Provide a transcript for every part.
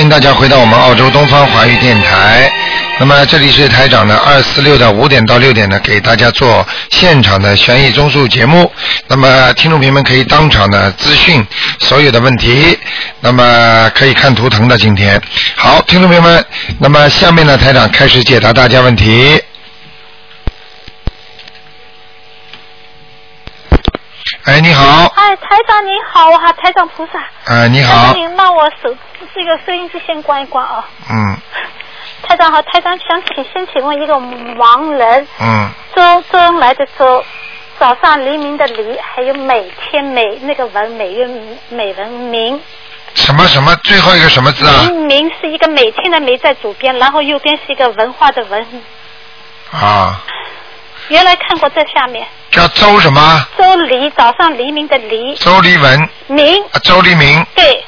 迎大家回到我们澳洲东方华语电台。那么这里是台长的二四六的五点到六点呢，给大家做现场的悬疑综述节目。那么听众朋友们可以当场的咨询所有的问题，那么可以看图腾的今天。好，听众朋友们，那么下面呢，台长开始解答大家问题。哎，你好，哎，台长你好啊，台长菩萨。哎，你台好长，您让我手这个收音机先关一关啊。嗯台长好，台长想请先请问一个盲人，嗯，周周恩来的周，早上黎明的黎，还有每天每那个文每月每文明，什么什么最后一个什么字啊？明明是一个每天的每在左边，然后右边是一个文化的文，啊，原来看过这下面叫周什么？周黎早上黎明的黎周黎文，明啊，周黎明对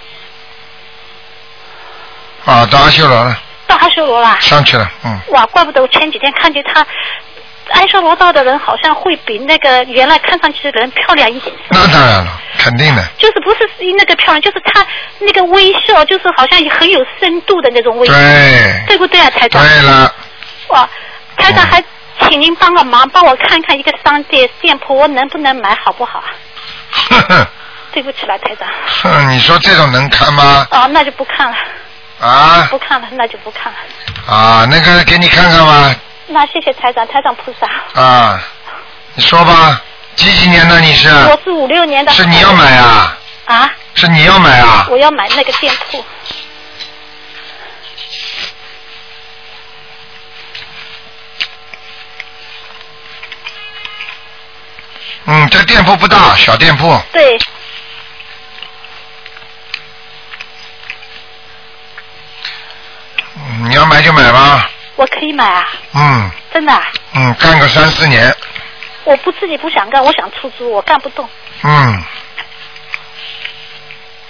啊，到阿修罗了，到阿修罗啦。上去了，嗯，哇，啊怪不得我前几天看见他，爱上罗道的人好像会比那个原来看上去的人漂亮一点，那当然了，肯定的，就是不是那个漂亮，就是他那个微笑，就是好像很有深度的那种微笑，对，对不对啊，台长？对了，哇，台长嗯还请您帮个忙，帮我看看一个商店店铺，我能不能买好不好啊？呵呵对不起了，台长。哼，你说这种能看吗？哦，那就不看了，啊不看了，那就不看了。啊，那个给你看看吧，那谢谢台长，台长菩萨。啊，你说吧，几几年的你是？啊我是五六年的。是你要买啊？啊？是你要买啊？我要买那个店铺。嗯，这店铺不大，小店铺，对，嗯你要买就买吧，我可以买啊，嗯真的、啊。嗯，干个三四年，我不自己不想干，我想出租，我干不动。嗯，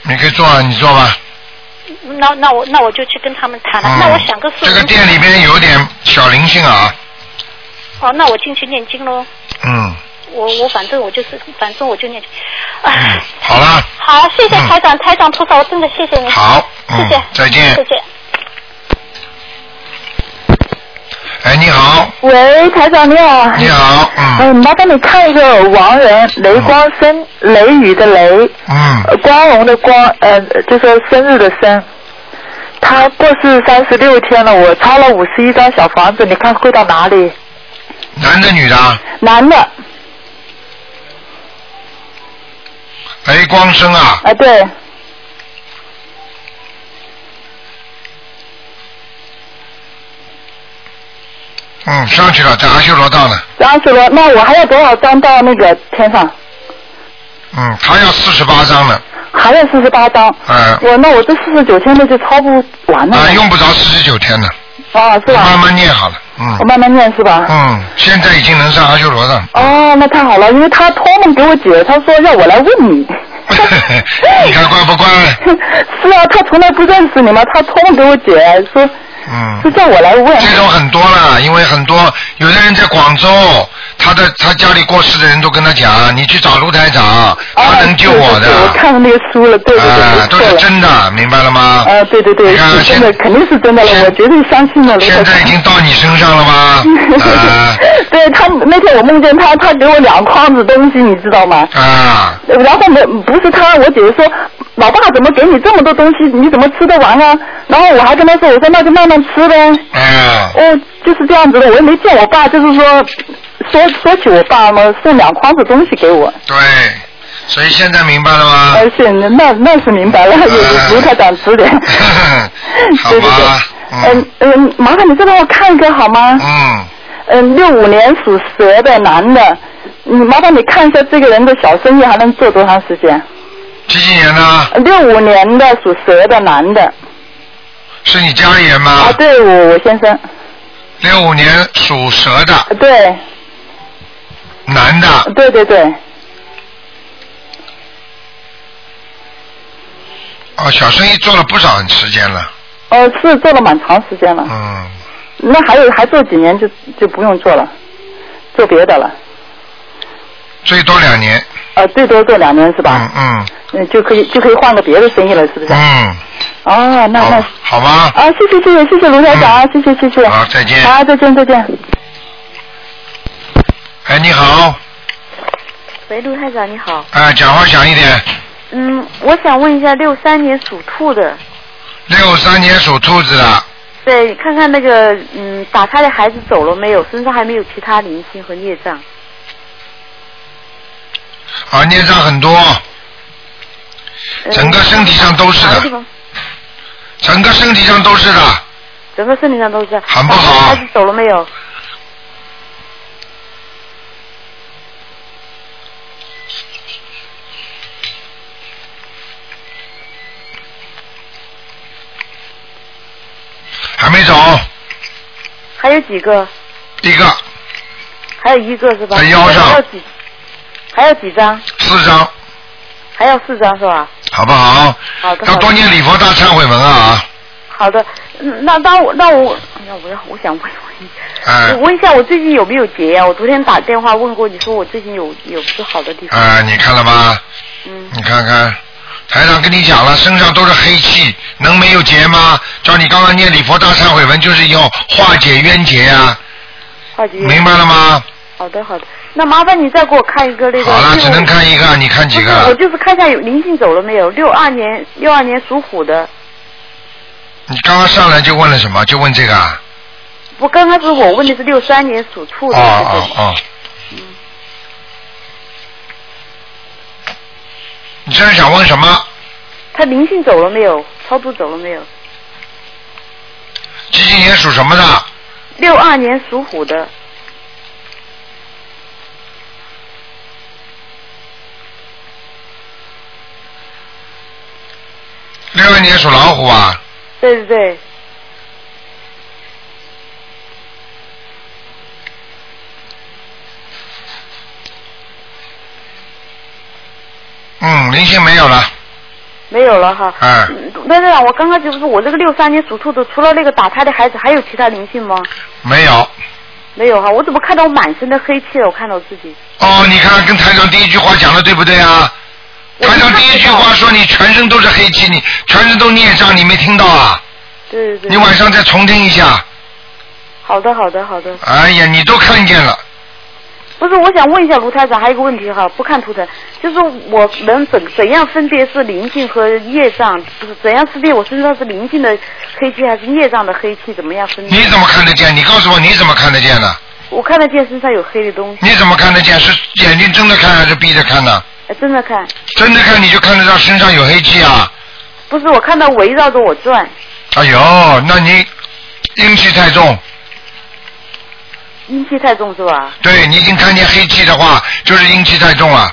你可以做啊，你做吧。那那我那我就去跟他们谈了。啊嗯，那我想个数。这个店里边有点小灵性啊，哦，那我进去念经喽。嗯我我反正我就是，反正我就念经。嗯啊，，好了，好，谢谢嗯台长，台长菩萨，我真的谢谢您。好，谢嗯谢，，再见再。见。哎，你好，喂，台长你好。你好，嗯嗯，麻烦你看一个亡人雷光生，雷雨的雷，呃嗯，光荣的光，呃，就说生日的生。他过世三十六天了，我抄了五十一张小房子，你看会到哪里？男的女的啊？男的，啊、雷光生啊，对，嗯，上去了，在阿修罗道呢，然后说了，那我还要多少张到那个天上？嗯，他要四十八张呢，还有四十八张。呃，我那我这四十九天的就抄不完了。啊，用不着四十九天呢，啊，是吧？慢慢念好了，嗯我慢慢念是吧？嗯，现在已经能上阿修罗了。。哦，那太好了，因为他托梦给我姐，他说让我来问你 你看乖不乖？ 是啊，他从来不认识你嘛，他托梦给我姐说嗯是，叫我来问。这种很多了，因为很多有的人在广州，他的他家里过世的人都跟他讲，你去找卢台长，啊他能救我对对对我的。看了那个书了，对对啊，对，都错是了。真的，明白了吗？啊，对对对，你看是真的，现肯定是真的了现，我绝对相信了。卢现台在已长。经到你身上了 吗？啊对他那天我梦见他，他给我两筐子东西，你知道吗？啊，呃然后没不是他，我姐姐说，老爸怎么给你这么多东西，你怎么吃得完啊？然后我还跟他说，我说那就慢慢吃呗。啊，哦，就是这样子的，我也没见我爸，就是说说说起我爸嘛，送两筐子东西给我，对，所以现在明白了吗？，而且那那呃是明白了，有有卢台长指点 好对对对吧，，嗯嗯嗯，麻烦你再帮我看一个好吗？嗯，嗯，六五年属蛇的男的，嗯，麻烦你看一下这个人的小生意还能做多长时间？几几年呢？六五年的属蛇的男的，是你家里人吗啊，？对我我先生，六五年属蛇的对男的，对对对，哦，小生意做了不少时间了，哦，是做了蛮长时间了。嗯，那还有还做几年就就不用做了，做别的了。最多两年，啊呃，最多做两年是吧？嗯嗯嗯，就可以就可以换个别的生意了，是不是？嗯，哦，那那好，好吗？啊，谢谢谢谢谢谢卢台长啊，谢谢谢谢。好再见好，再见再见。哎，你好，喂，卢台长你好，啊，讲话响一点。嗯，我想问一下，六三年属兔的，六三年属兔子的，对，看看那个嗯，打胎的孩子走了没有？身上还没有其他灵性和孽障。嗯啊，孽障很多，呃整个身体上都是哪个地的，方？整个身体上都是的，整个身体上都是。很不好啊打胎的孩子走了没有？还没走，还有几个？一个还有一个是吧？在腰上还要几？还有几张？四张，还要四张是吧？好不好？好的，要好多的。念礼佛大忏悔文啊！好的，嗯那那我那我，哎呀，我要我想问问一下。哎、我问一下，我最近有没有结呀、我昨天打电话问过，你说我最近有有不好的地啊、方。你看了吗？嗯，你看看，台长跟你讲了，身上都是黑气，能没有结吗？叫你刚刚念礼佛大忏悔文，就是要化解冤结啊，化解。明白了吗？好的，好的。那麻烦你再给我看一个那个。好了，因为只我能看一个，你看几不是我个？就是看一下有灵性走了没有？六二年，六二年属虎的。你刚刚上来就问了什么？就问这个啊？我刚开始我问的是六三年属兔哦的。哦哦嗯。你这是想问什么？他灵性走了没有？超度走了没有？几几年属什么的？六二年属虎的，六二年属老虎啊？对对对，嗯，灵性没有了。没有了哈。哎嗯。那那我刚开始不是我这个六三年属兔的，除了那个打胎的孩子，还有其他灵性吗？没有。没有哈，我怎么看到我满身的黑气了？我看到自己，哦，你看跟台长第一句话讲的对不对啊？我台长第一句话说你全身都是黑气，你全身都孽障，你没听到啊？对对你对。晚上再重听一下。好的，好的，好的。哎呀，你都看见了，不是，我想问一下卢台长，还有一个问题哈，不看图腾，就是我能怎怎样分别是灵性和业障？就是怎样分辨我身上是灵性的黑气还是业障的黑气？怎么样分辨？你怎么看得见？你告诉我你怎么看得见的？我看得见身上有黑的东西，你怎么看得见？是眼睛睁着看还是闭着看呢？哎，真的看，睁着看你就看得到身上有黑气啊！不是我看到围绕着我转，哎呦，那你阴气太重，阴气太重是吧？对你已经看见黑气的话，就是阴气太重了。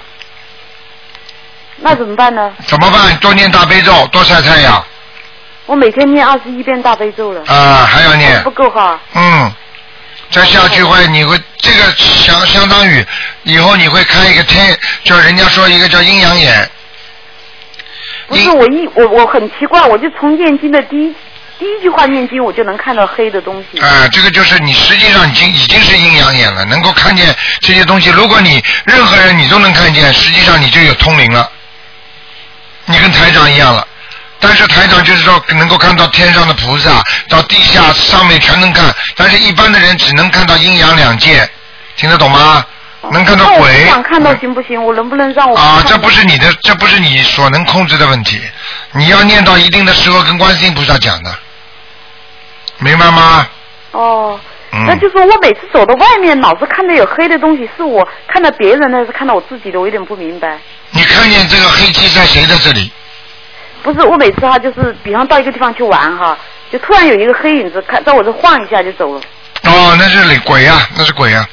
那怎么办呢？怎么办？多念大悲咒，多晒太阳我每天念二十一遍大悲咒了，啊，还要念不。够哈。嗯，再下去会你会这个相相当于以后你会开一个天，叫人家说一个叫阴阳眼。不是阴我一我我很奇怪，我就从念经的第一第一句话念经，我就能看到黑的东西。啊、这个就是你实际上已经已经是阴阳眼了，能够看见这些东西。如果你任何人你都能看见，实际上你就有通灵了，你跟台长一样了。但是台长就是说能够看到天上的菩萨，到地下上面全能看，但是一般的人只能看到阴阳两界，听得懂吗？能看到那我鬼。不想看到嗯行不行？我能不能让我啊，看这到不是你的，这不是你所能控制的问题。你要念到一定的时候，跟观世音菩萨讲的，明白吗？哦。嗯那就说我每次走到外面，老是看到有黑的东西，是我看到别人的，还是看到我自己的？我有点不明白。你看见这个黑气在谁的这里？不是，我每次哈，就是比方到一个地方去玩哈，就突然有一个黑影子看在我这晃一下就走了，哦，那是里鬼啊，那是鬼啊，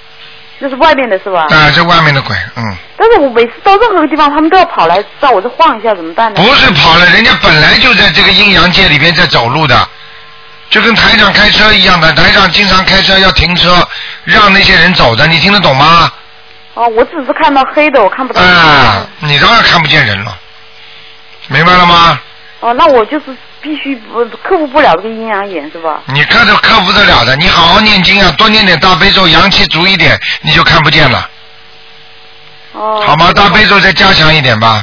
那是外面的是吧？啊，这外面的鬼，嗯，但是我每次到任何个地方，他们都要跑来在我这晃一下，怎么办呢？不是跑了，人家本来就在这个阴阳界里边在走路的，就跟台长开车一样的，台长经常开车要停车，让那些人走的，你听得懂吗？哦，我只是看到黑的，我看不到。啊，你当然看不见人了，明白了吗？哦，那我就是必须不克服不了这个阴阳眼是吧？你看都克服得了的，你好好念经啊，多念点大悲咒，阳气足一点，你就看不见了，哦，好吗？大悲咒再加强一点吧。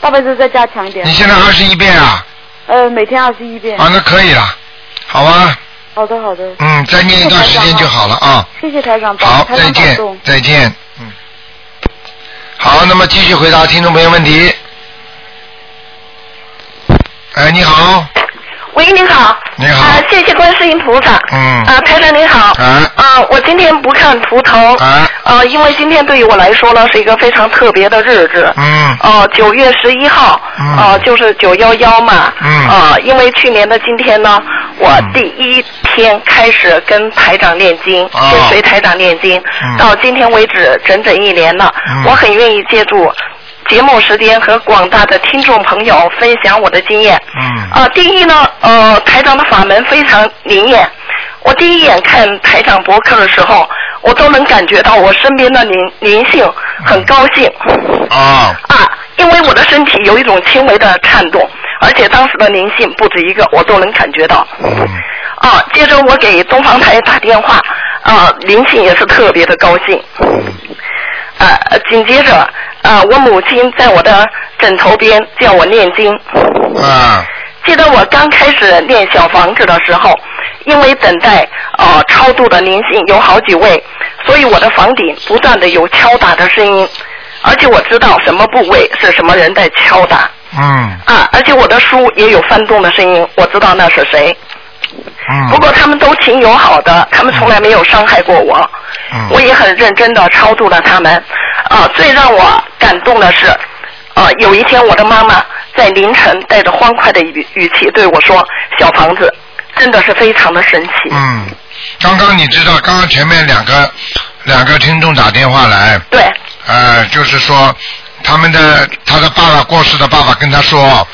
大悲咒再加强一点嗯你。现在二十一遍啊，呃，每天二十一遍。啊，那可以了，好吧，好的，好的。嗯，再念一段时间就好了啊。谢谢台长，好，台再长保见重，。再见，嗯。好，那么继续回答听众朋友问题。哎，你好，喂，您好。你好啊，谢谢观世音菩萨。嗯啊，台长您好。啊啊，我今天不看图腾。啊啊，因为今天对于我来说呢是一个非常特别的日子。嗯哦、九月十一号，嗯呃就是九幺幺嘛，嗯呃因为去年的今天呢，我嗯第一天开始跟台长念经，哦跟随台长念经，嗯到今天为止整整一年了，嗯我很愿意借助节目时间和广大的听众朋友分享我的经验，嗯呃，第一呢，呃，台长的法门非常灵验。我第一眼看台长博客的时候，我都能感觉到我身边的灵灵性很高兴啊啊，因为我的身体有一种轻微的颤动，而且当时的灵性不止一个，我都能感觉到。嗯啊，接着我给东方台打电话，啊，林性也是特别的高兴。呃、啊，紧接着，啊，我母亲在我的枕头边叫我念经。啊记得我刚开始练小房子的时候，因为等待呃超度的灵性有好几位，所以我的房顶不断的有敲打的声音，而且我知道什么部位是什么人在敲打嗯啊，而且我的书也有翻动的声音，我知道那是谁。嗯，不过他们都挺友好的，他们从来没有伤害过我。嗯我也很认真的超度了他们。啊、最让我感动的是，呃，有一天我的妈妈在凌晨带着欢快的语语气对我说：“小房子真的是非常的神奇。嗯，刚刚你知道，刚刚前面两个两个听众打电话来，对，呃，就是说他们的他的爸爸过世的爸爸跟他说，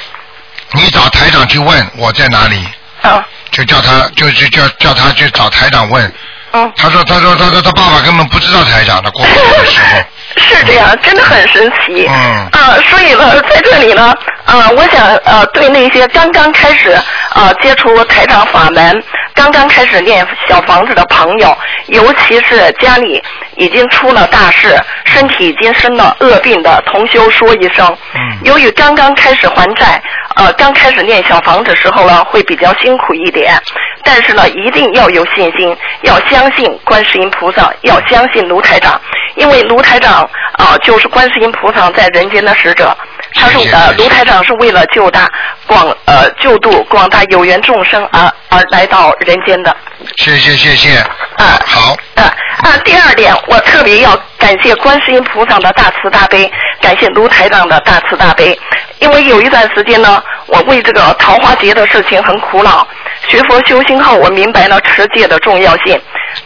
你找台长去问我在哪里，啊，就叫他就就叫叫他去找台长问。嗯，他说他说他说他爸爸根本不知道台长的过世的时候，是这样，真的很神奇。嗯啊，所以呢，在这里呢，啊，我想呃，对那些刚刚开始啊接触台长法门、刚刚开始练小房子的朋友，尤其是家里已经出了大事、身体已经生了恶病的同修说一声。嗯由于刚刚开始还债，呃，刚开始练小房子时候呢，会比较辛苦一点，但是呢，一定要有信心，要相信观世音菩萨，要相信卢台长，因为卢台长啊、呃就是观世音菩萨在人间的使者，他是谢谢呃谢谢卢台长是为了救大广呃救度广大有缘众生而而来到人间的。谢谢谢谢，啊好，呃啊，第二点，我特别要感谢观世音菩萨的大慈大悲，感谢卢台长的大慈大悲。因为有一段时间呢，我为这个桃花劫的事情很苦恼。学佛修心后，我明白了持戒的重要性。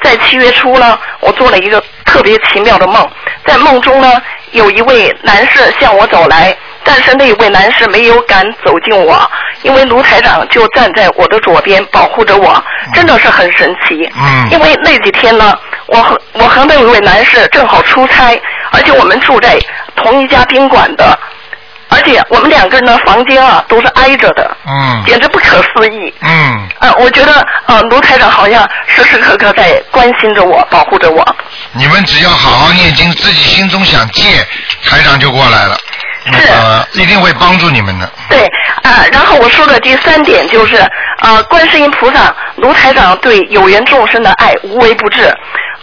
在七月初呢，我做了一个特别奇妙的梦，在梦中呢，有一位男士向我走来，但是那位男士没有敢走近我，因为卢台长就站在我的左边保护着我，真的是很神奇。嗯因为那几天呢，我和我和那位男士正好出差，而且我们住在同一家宾馆的，而且我们两个人的房间啊都是挨着的，嗯简直不可思议。嗯。呃，我觉得呃，卢台长好像时时刻刻在关心着我，保护着我。你们只要好好念经，自己心中想戒，台长就过来了，是呃，一定会帮助你们的。对，啊，然后我说的第三点就是，呃，观世音菩萨、卢台长对有缘众生的爱无微不至。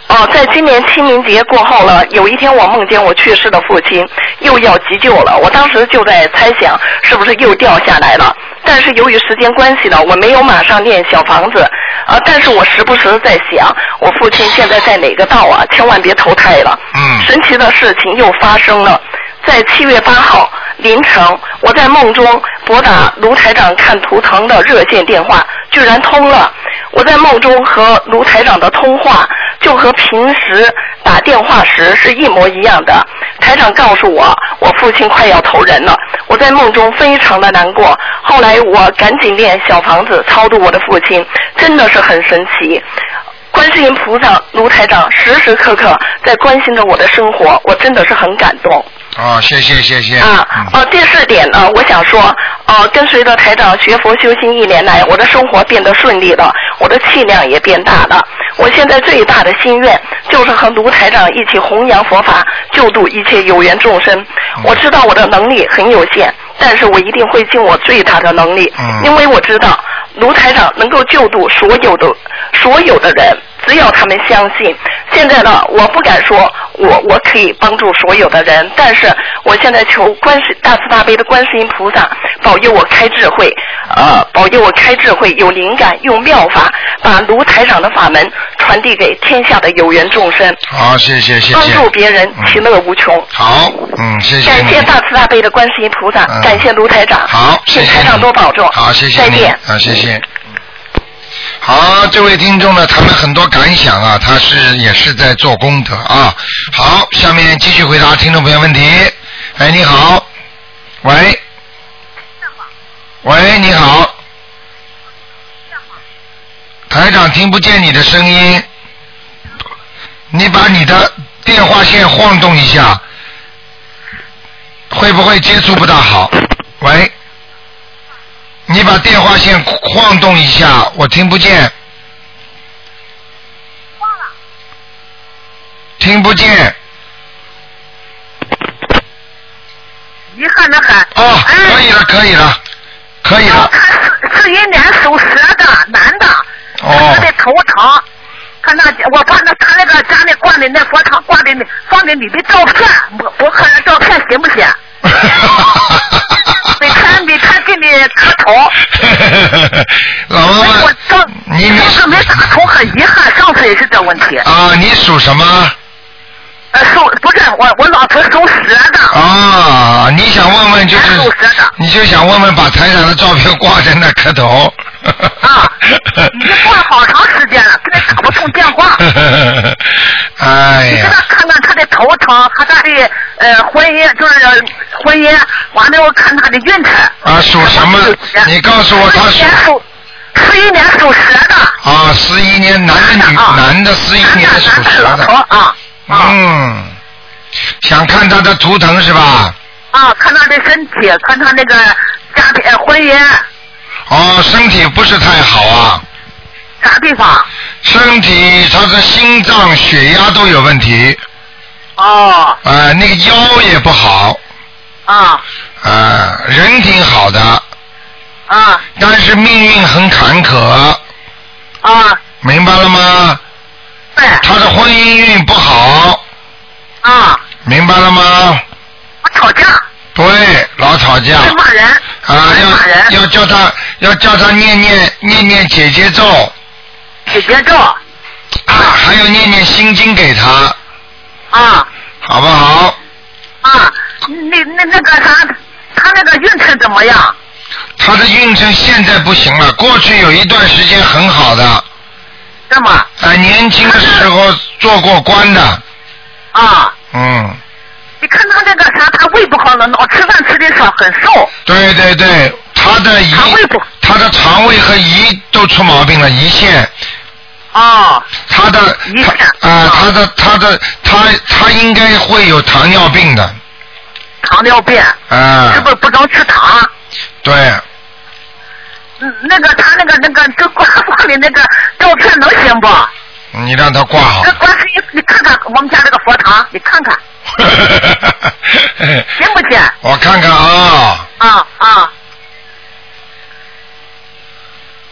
哦、在今年清明节过后了，有一天我梦见我去世的父亲又要急救了，我当时就在猜想是不是又掉下来了。但是由于时间关系呢，我没有马上念小房子，啊，但是我时不时在想，我父亲现在在哪个道啊？千万别投胎了。嗯神奇的事情又发生了。在七月八号凌晨，我在梦中拨打卢台长看图腾的热线电话，居然通了。我在梦中和卢台长的通话，就和平时打电话时是一模一样的。台长告诉我，我父亲快要投人了。我在梦中非常的难过。后来我赶紧练小房子超度我的父亲，真的是很神奇。观世音菩萨、卢台长时时刻刻在关心着我的生活，我真的是很感动哦，谢谢谢谢。啊！嗯呃，第四点呢，我想说，呃，跟随着台长学佛修心一年来，我的生活变得顺利了，我的气量也变大了。我现在最大的心愿就是和卢台长一起弘扬佛法，救度一切有缘众生。我知道我的能力很有限，但是我一定会尽我最大的能力，嗯因为我知道卢台长能够救度所有的所有的人，只要他们相信。现在呢，我不敢说我我可以帮助所有的人，但是我现在求观世大慈大悲的观世音菩萨保佑我开智慧，呃，保佑我开智慧，有灵感，用妙法，把卢台长的法门传递给天下的有缘众生，好，谢谢谢谢。帮助别人，其乐无穷。好，嗯，谢谢你。感谢大慈大悲的观世音菩萨，嗯感谢卢台长，好，谢请谢台长你多保重。好，谢谢再你见。嗯啊，谢谢。好，这位听众呢，他们很多感想啊，他是也是在做功德啊。好，下面继续回答听众朋友问题。哎，你好，喂，喂，你好，台长听不见你的声音，你把你的电话线晃动一下，会不会接触不大好？喂，你把电话线晃动一下，我听不见。听不见。遗憾的很。哦，哎可以了，可以了，可以了。 他是是一年属蛇的男的，哦他的头疼，他那我把那他那个家里挂的那佛堂挂的那放的你的照片，我我看那照片 行不行？每天每天给你磕头， 老妈哎妈我上，你你上次没打通，很遗憾，上次也是这问题。啊，你属什么？呃，属不是我我老婆属蛇的，啊，你想问问就是属蛇的，你就想问问把台长的照片挂在那磕头。啊已经过了好长时间了，跟他打不通电话。 哎你给呀他，看看他的头疼和他的呃婚姻，就是婚姻，完了我看他的运程。啊，属什么？你告诉我他十属一年属，十一年属蛇的，啊，十一年男的女啊男的，十一年男属的蛇老头的。啊啊嗯，想看他的图腾是吧？啊！看他的身体，看他那个家庭呃婚姻哦，身体不是太好啊，啥地方。身体他的心脏、血压都有问题，哦啊，那个腰也不好，啊啊，人挺好的，啊但是命运很坎坷，啊！明白了吗？对他的婚姻运不好，啊，明白了吗？我吵架，对，老吵架。会骂人，啊，会骂人，要要叫他要叫他念念念念姐姐咒姐姐咒啊，还有念念心经给他，啊。好不好？啊，那那那个啥，他那个运程怎么样？他的运程现在不行了，过去有一段时间很好的，这么啊，年轻的时候做过官的，啊，嗯，你看他那个啥，他胃不好了，老吃饭吃的少，很瘦。对对对，他的胰肠胃不他的肠胃和胰都出毛病了，胰腺，哦，他的胰他腺啊啊，他的他的他他应该会有糖尿病的，糖尿病，啊是，不是不能吃糖？对。嗯，那个他那个那个这挂画的那个照片能行不？你让他挂 好这。观世音，你看看我们家这个佛堂，你 看看行不行？我看看啊，啊啊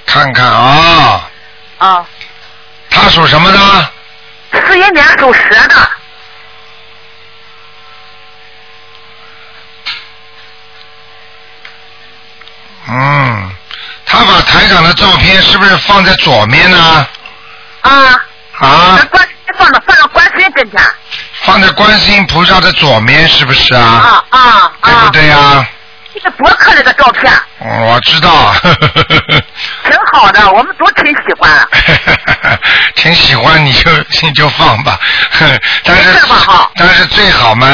看看啊，啊！他属什么的？四一年属蛇的，嗯，他把台长的照片是不是放在左面呢？啊，啊那，观世音放到放到观世音跟前，放在观世音菩萨的左面是不是啊？啊啊对啊不！对啊？这个博客这个照片嗯我知道，挺好的，我们都挺喜 欢。挺喜欢你就你就放吧， 但没是事吧哈但是最好嘛，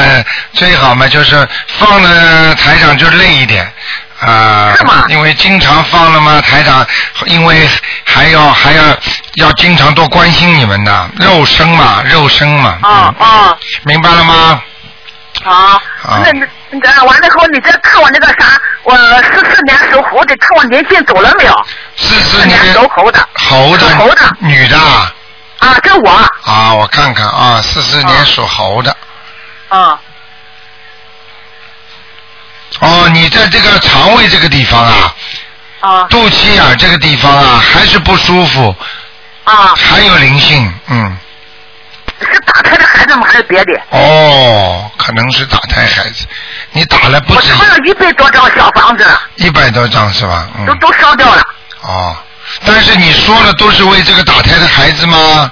最好嘛就是放了台长就累一点。啊、是吗因为经常放了嘛，台长，因为还要还要要经常多关心你们的肉身嘛，肉身嘛，啊嗯，啊明白了吗？啊！啊那那那完了以后，你再看我那个啥，我四四年属虎的，看我年纪走了没有？四四四年年属猴的猴的，属猴的女的啊啊，这我啊，我看看啊，哦四四年啊属猴的，啊哦，你在这个肠胃这个地方啊，啊肚脐眼儿这个地方啊，还是不舒服，啊，还有灵性，嗯，是打胎的孩子吗？还是别的？哦，可能是打胎孩子，你打了不我止烧了一百多张小房子了，一百多张是吧？都嗯，都烧掉了。哦，但是你说的都是为这个打胎的孩子吗？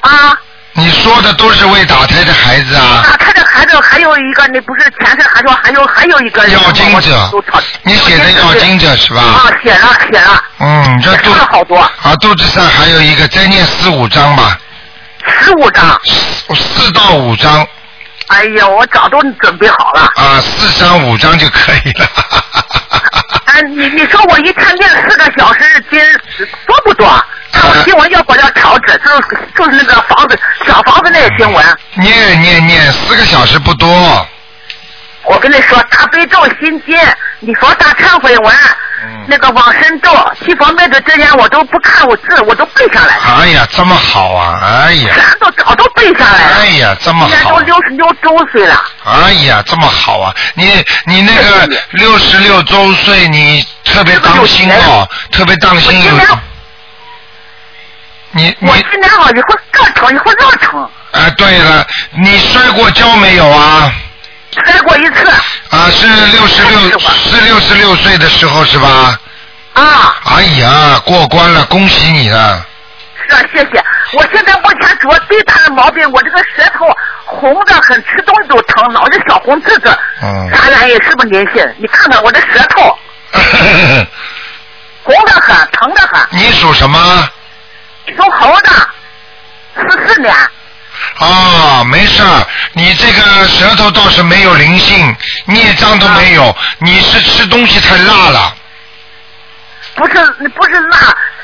啊，你说的都是为打胎的孩子啊？打胎的孩子还有一个，那不是前世还说还有还有一个要经者我都抄你写的要经者是吧啊？，写了写了，嗯，这肚写了好多，啊肚子上还有一个，再念四五张吧，十五张。四四到五张哎呀，我早都准备好了。啊，四张五张就可以了。 哎，你你说我一天念四个小时，今儿多不多？看我新闻要不要调整，就是就是那个房子小房子那个新闻。念念念，四个小时不多。我跟你说，大悲咒心经，你说大忏悔文，嗯那个往生咒、七佛灭罪真言，我都不看我字，我都背下来了，哎呀，这么好啊！哎呀，全都早都背下来哎了。呀，这么今年好都！六十六周岁了，哎呀，这么好啊！你你那个六十六周岁，你特别当心哦，特别当心哦有我今年。你你我今年好一会儿这疼一会儿那疼，啊，对了，你摔过跤没有啊？摔过一 次啊，是六十六，摔过是六十六岁的时候是吧？啊。哎呀，过关了，恭喜你了！是啊，谢谢。我现在目前主要最大的毛病，我这个舌头红的很，吃东西都疼，老是小红刺刺。嗯 咱俩也是不是您信？你看看我的舌 头，红的很，疼的很。你属什么？属猴的，十四年。啊、没事儿，你这个舌头倒是没有灵性，孽障都没有，你是吃东西太辣了。不是，你不是那，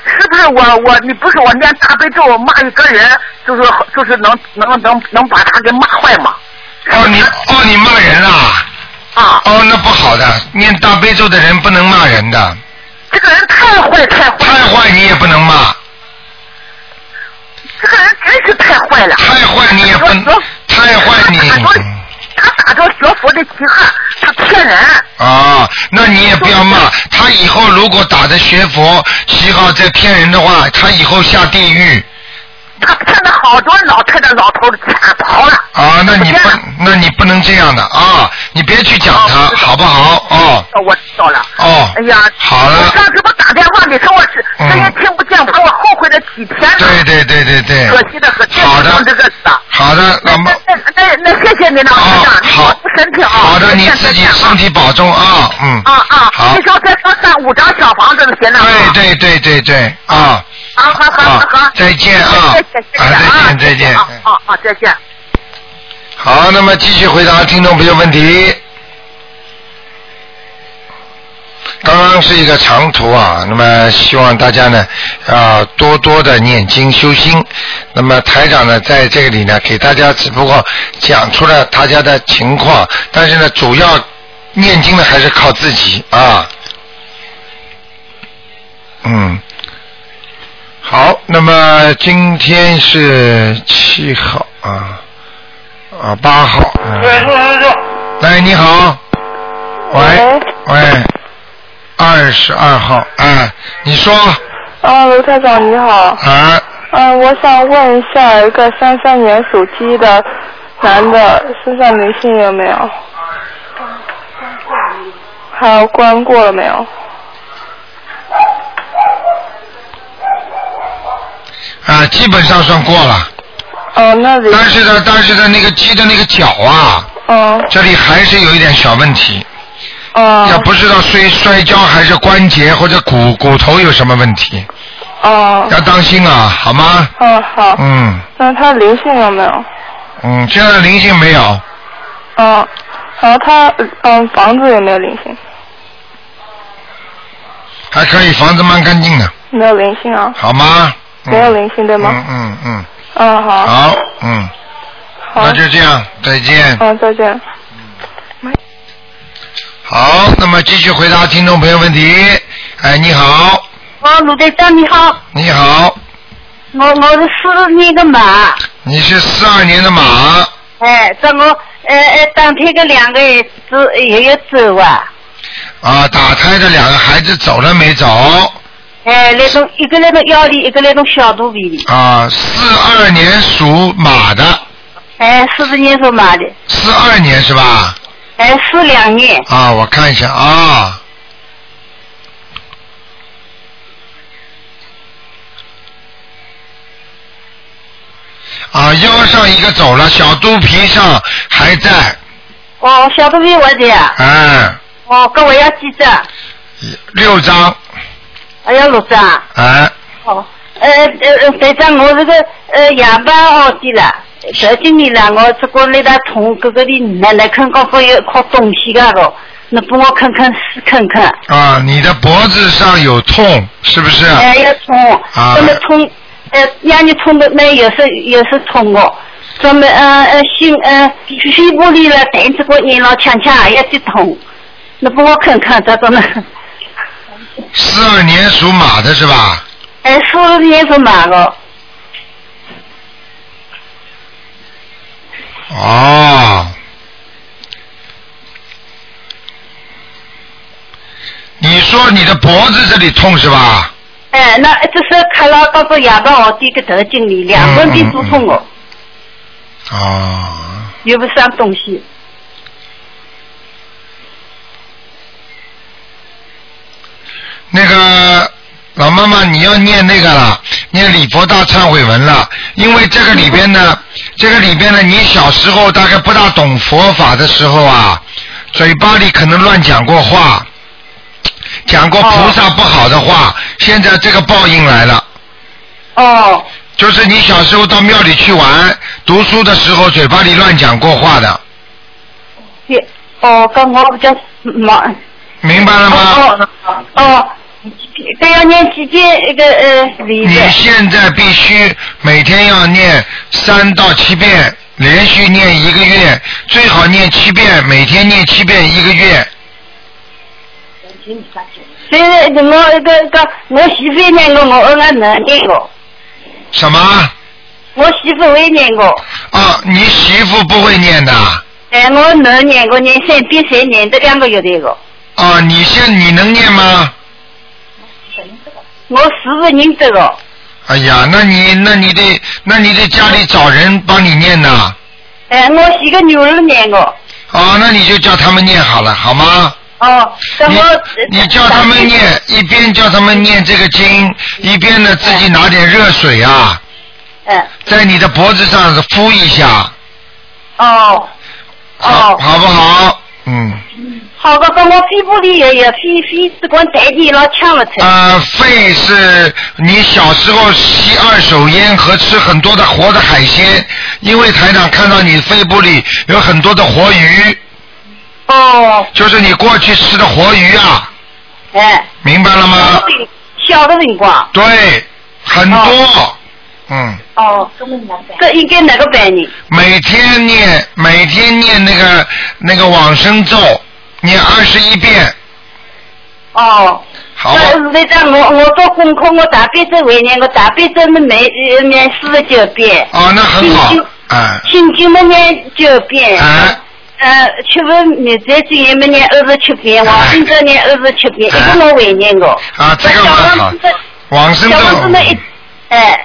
是不是我我你不是我念大悲咒骂一个人，就是就是能能能能把他给骂坏吗？哦，你哦，你骂人啊？啊，哦，那不好的，念大悲咒的人不能骂人的，这个人太坏太坏了，太坏你也不能骂，这个人真是太坏了。太坏你也不能，太坏你。他打着学佛的旗号，他骗人。啊，那你也不要骂他。以后如果打着学佛旗号在骗人的话，他以后下地狱他骗了好多老太太、老头的钱跑了。啊！那你不我知道，那你不能这样的啊！你别去讲他，好不好？哦哦，我知道了。哦，哎呀，好我了，上次不打电话，你说我是嗯这些听不见，把我后悔了几天呢。对对对对对，可惜的很，好这这的个是的。好的，那那么那那那那谢谢您了，啊台长，您好保重身体啊，好的，你再见自己再见啊身体保重啊，嗯，啊啊，好那，时候再说上五张小房子的行了啊，对对对对对啊啊，好好好啊好，，再见啊谢谢谢，谢啊再见再见啊，啊啊再见。好，那么继续回答听众朋友问题。刚刚是一个长途啊，那么希望大家呢啊多多的念经修心。那么台长呢在这个里呢给大家只不过讲出了大家的情况，但是呢主要念经呢还是靠自己啊。嗯，好，那么今天是七号啊。啊，八号。哎嗯、来，你好。喂喂，二十二号，啊，你说啊，卢台长你好，啊，嗯、我想问一下，一个三三年属鸡的男的身上灵性有没有？还有关过了没有？啊，基本上算过了，哦，那里，但是呢，但是呢，那个鸡的那个脚啊，嗯，这里还是有一点小问题，要哦，不知道摔摔跤还是关节或者骨骨头有什么问题，哦，要当心啊，好吗？嗯，好，嗯那他灵性有没有？嗯，现在灵性没有，嗯，然后他，嗯，房子有没有灵性？还可以，房子蛮干净的，没有灵性啊，好吗？嗯没有灵性对吗？嗯嗯嗯，好嗯，，好，嗯。好，那就这样，再见。嗯，再见。好，那么继续回答听众朋友问题。哎，你好，啊，鲁队长你好，你好，我我是那个马，你是四二年的马，哎哎，这我呃呃当天个两个走也有走啊。啊，打胎的两个孩子走了没走？哎，那种一个那种腰里，一个那种小肚皮里。啊，四二年属马的，哎，四十年属马的，四二年是吧？哎，四两年，啊，我看一下啊。啊，腰上一个走了，小肚皮上还在，哦，小肚皮我的，哎，哦，跟我要几张？六张，还要六张。哎，哦，呃呃呃，队长，我这个呃样板好的啦，这几年啦，我这个那个从这个里奶奶看刚好有靠东西个咯，你帮我看看试看看，啊，你的脖子上有痛，是不是？哎要冲，啊那么冲，呃让你冲的那有时有时冲哦。专门呃呃心呃肺部里了，但这个人老强强也得痛，你帮我看看咋个呢？ 四二年属马的是吧？哎，说的也是嘛个，哦，你说你的脖子这里痛是吧？哎，那这是看了到这牙膏哦，这个头经理两分钟都痛哦，哦，又不伤东西。那个老妈妈，你要念那个了，念礼佛大忏悔文了，因为这个里边呢，这个里边呢，你小时候大概不大懂佛法的时候啊，嘴巴里可能乱讲过话，讲过菩萨不好的话，现在这个报应来了。哦就是你小时候到庙里去玩，读书的时候嘴巴里乱讲过话的，也哦，跟我比较嗯忙。明白了吗？哦哦哦，这要念几遍那个呃礼你的？现在必须每天要念三到七遍，连续念一个月，最好念七遍，每天念七遍一个月。所以我那个个我媳妇也念过，我俺能念过，什么？我媳妇也念过，啊，你媳妇不会念的？啊哎，我能念过，念三遍三年的两个月的个。啊，你现你能念吗？我四十人这个，哎呀，那你那你得那你得家里找人帮你念呐。哎，我媳个女儿念过，啊，那你就叫他们念好了，好吗？哦，然后你你叫他们念，一边叫他们念这个经，一边呢自己拿点热水啊，嗯，在你的脖子上敷一下，哦，好，哦，好不好？嗯，好个，跟我肺部里也也肺肺只管代地老呛了才，啊，肺是你小时候吸二手烟和吃很多的活的海鲜，因为台长看到你肺部里有很多的活鱼，哦，就是你过去吃的活鱼啊，哎，明白了吗？小的辰光，对，很多，嗯。哦，这应该哪个办呢？每天念，每天念那个那个往生咒，念二十一遍，哦，好吧？那那张我我做功课，我大悲咒为念，我大悲咒么每呃念四十九遍，哦，那很好心经，哎、心经么念九遍，哎、呃，七佛灭罪经也没念二十七遍，往生咒念二十七遍，一哎个我未念哦过。啊，这个小蛮王好子。的，往生小王子那咒一，，哎，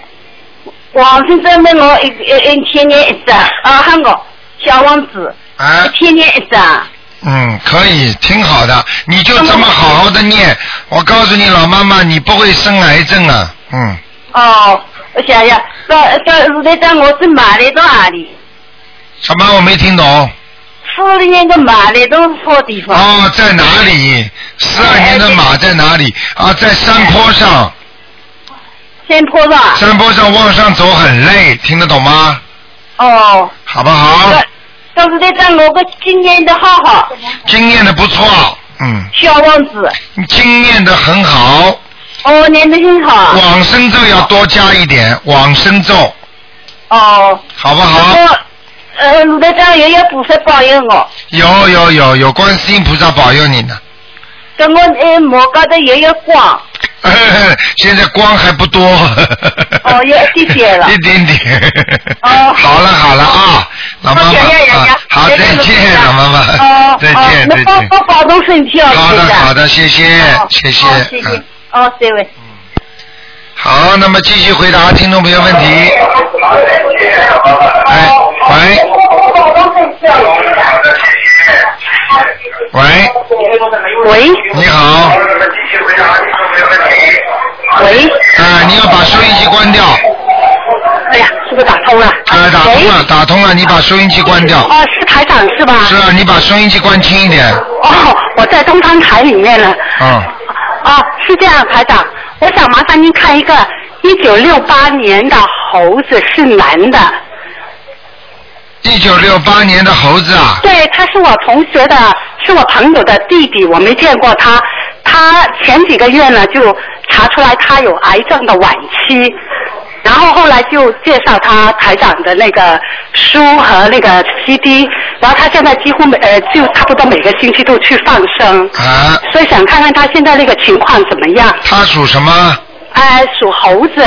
往生咒那我一一一天念一张，啊，喊我小王子哎一，天念一啊张，嗯，可以，挺好的，你就这么好好的念。我告诉你，老妈妈，你不会生癌症啊，嗯，哦，我想想，到到是那张我是马来到哪里？什么我没听懂？四零年的马来到好地方，哎哦，在哪里？十二年的马在哪里？啊，在山坡上，山坡上，山坡上往上走很累，听得懂吗？哦，好不好？到到是那张我个今年的好好，经验的不错，嗯，小王子，经验的很好。哦，念的很好。往生咒要多加一点，往生咒，哦，好不然好？后呃，卢队长也要菩萨保佑我，有有有有，观世音菩萨保佑你呢。 跟我呃摩高头也有光，现在光还不多。哦有一点点了 一点点。哦好了好了啊，老妈妈好谢谢人家啊，好谢谢再卢台见，长老妈妈。哦 再见哦再那保见保保重身体啊，好的台长好的，谢谢哦谢谢哦谢谢嗯，哦，这位。好，那么继续回答听众朋友问题。哎，喂喂，喂你好，喂，啊，你要把收音机关掉，哎呀，是不是打通了？啊，打通了，打通了，你把收音机关掉喂。。哦，是台长是吧？是啊，你把收音机关轻一点。哦，我在东方台里面了。嗯，哦，是这样，台长，我想麻烦您看一个一九六八年的猴子是男的，一九六八年的猴子啊，对，他是我同学的，是我朋友的弟弟，我没见过他。他前几个月呢就查出来他有癌症的晚期，然后后来就介绍他台长的那个书和那个 CD，然后他现在几乎每呃就差不多每个星期都去放生，啊，所以想看看他现在那个情况怎么样。它属什么？哎、属猴子，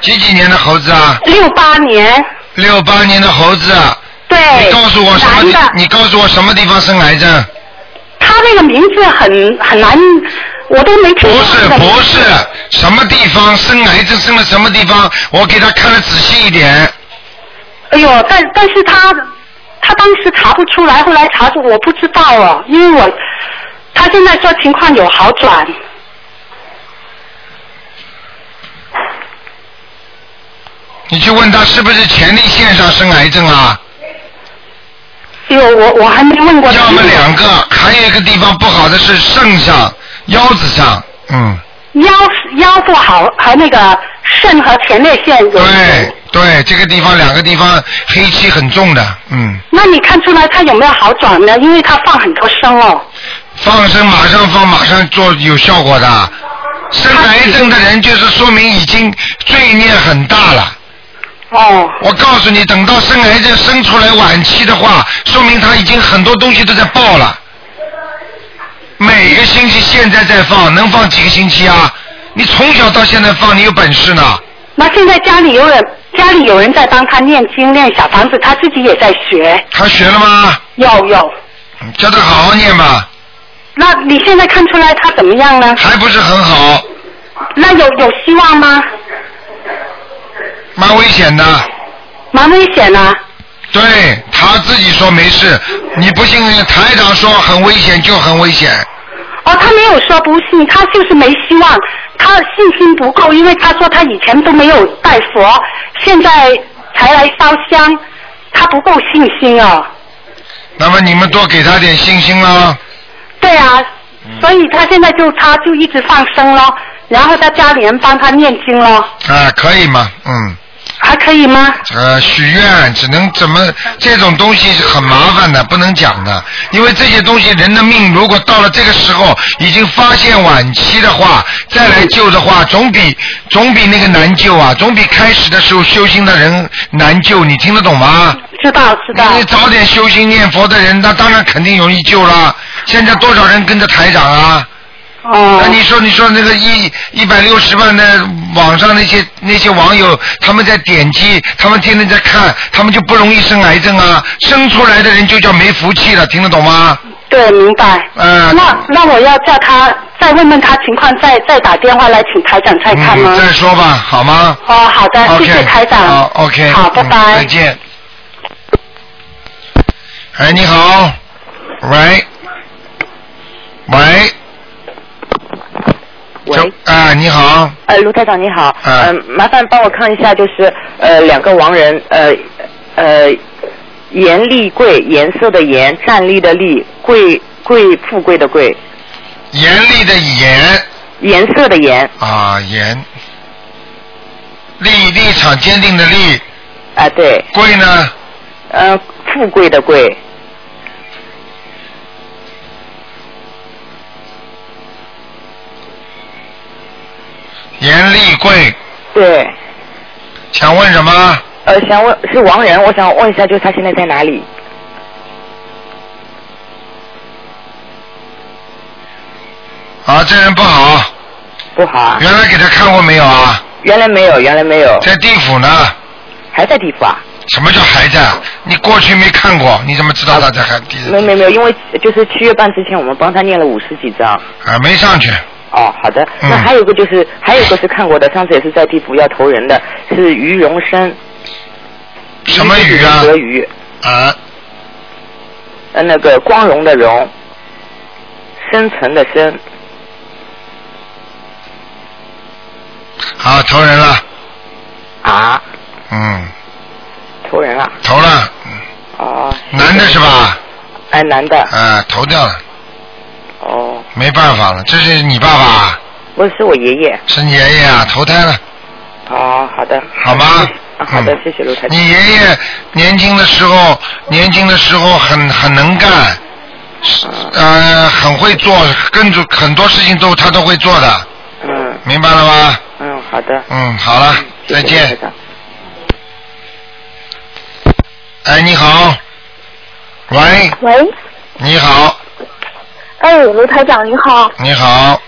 几几年的猴子啊？六八年，六八年的猴子啊，对，你告诉我什么男的地？你告诉我什么地方生癌症？他那个名字很很难，我都没不听过是这个名字不是，什么地方生癌症生了什么地方？我给他看的仔细一点。哎呦，但但是他他当时查不出来，后来查出我不知道哦，因为我他现在说情况有好转。你去问他是不是前列腺上生癌症啊？哎呦，我我还没问过他。要么两个，还有一个地方不好的是肾上、腰子上，嗯，腰腰不好，和那个肾和前列腺有。对对，这个地方两个地方黑气很重的，嗯，那你看出来他有没有好转呢？因为他放很多声哦。放生马上放，马上做有效果的。生癌症的人就是说明已经罪孽很大了。哦，我告诉你，等到生癌症生出来晚期的话，说明他已经很多东西都在爆了。每个星期现在在放，能放几个星期啊？你从小到现在放，你有本事呢。那现在家里有人家里有人在帮他念经念小房子，他自己也在学。他学了吗？有有，嗯叫他好好念吧，那你现在看出来他怎么样呢？还不是很好，那有有希望吗？蛮危险的。蛮危险啊！对他自己说没事，你不信台长说很危险就很危险。哦，他没有说不信，他就是没希望，他信心不够，因为他说他以前都没有拜佛，现在才来烧香，他不够信心哦。那么你们多给他点信心啦。对啊，嗯所以他现在就他就一直放生咯，然后在家里人帮他念经咯，啊，可以吗？嗯。还可以吗？呃，许愿只能怎么？这种东西是很麻烦的，不能讲的。因为这些东西，人的命如果到了这个时候已经发现晚期的话，再来救的话，总比总比那个难救啊，总比开始的时候修心的人难救。你听得懂吗？知道知道，你早点修心念佛的人，那当然肯定容易救啦。现在多少人跟着台长啊？哦那，你说，你说那个一一百六十万的网上那些那些网友，他们在点击，他们天天在看，他们就不容易生癌症啊。生出来的人就叫没福气了，听得懂吗？对，明白。呃，那那我要叫他再问问他情况，再再打电话来请台长再看吗？嗯，再说吧，好吗？哦，好的 o k 谢谢台长。好，OK，好，拜嗯拜。再见。哎，你好，喂，喂，哦喂，啊、你好，呃，卢台长你好，嗯呃，麻烦帮我看一下，就是呃两个亡人，呃呃，严立贵，颜色的颜，站立的立，贵贵富贵的贵，严厉的严。颜色的颜，啊，严，立立场坚定的立，啊、对，贵呢？呃，富贵的贵，严立贵，对，想问什么？呃，想问是亡人，我想问一下，就是他现在在哪里？啊，这人不好，不好啊，原来给他看过没有啊？原来没有，原来没有，在地府呢，还在地府啊？什么叫还在？你过去没看过，你怎么知道啊他在还地没没没有，因为就是七月半之前我们帮他念了五十几张。啊？没上去，哦，好的。嗯那还有一个就是，还有一个是看过的，上次也是在地府要投人的，是于荣生。什么鱼啊？德鱼。啊。呃，那个光荣的荣，深层的深。好，投人了，啊，嗯，投人啊了。投了，哦。男的是吧？哎，男的。啊，投掉了，哦，没办法了，这是你爸爸，不是是我爷爷。是你爷爷啊，投胎了，哦，好的。好吗？嗯啊好的，谢谢卢台长。你爷爷年轻的时候，年轻的时候很很能干，嗯是呃，很会做，跟着很多事情都他都会做的，嗯明白了吗？嗯，好的。嗯，好了，再谢谢卢见台。长哎，你好，喂，喂，你好，哎，卢台长您好，你好，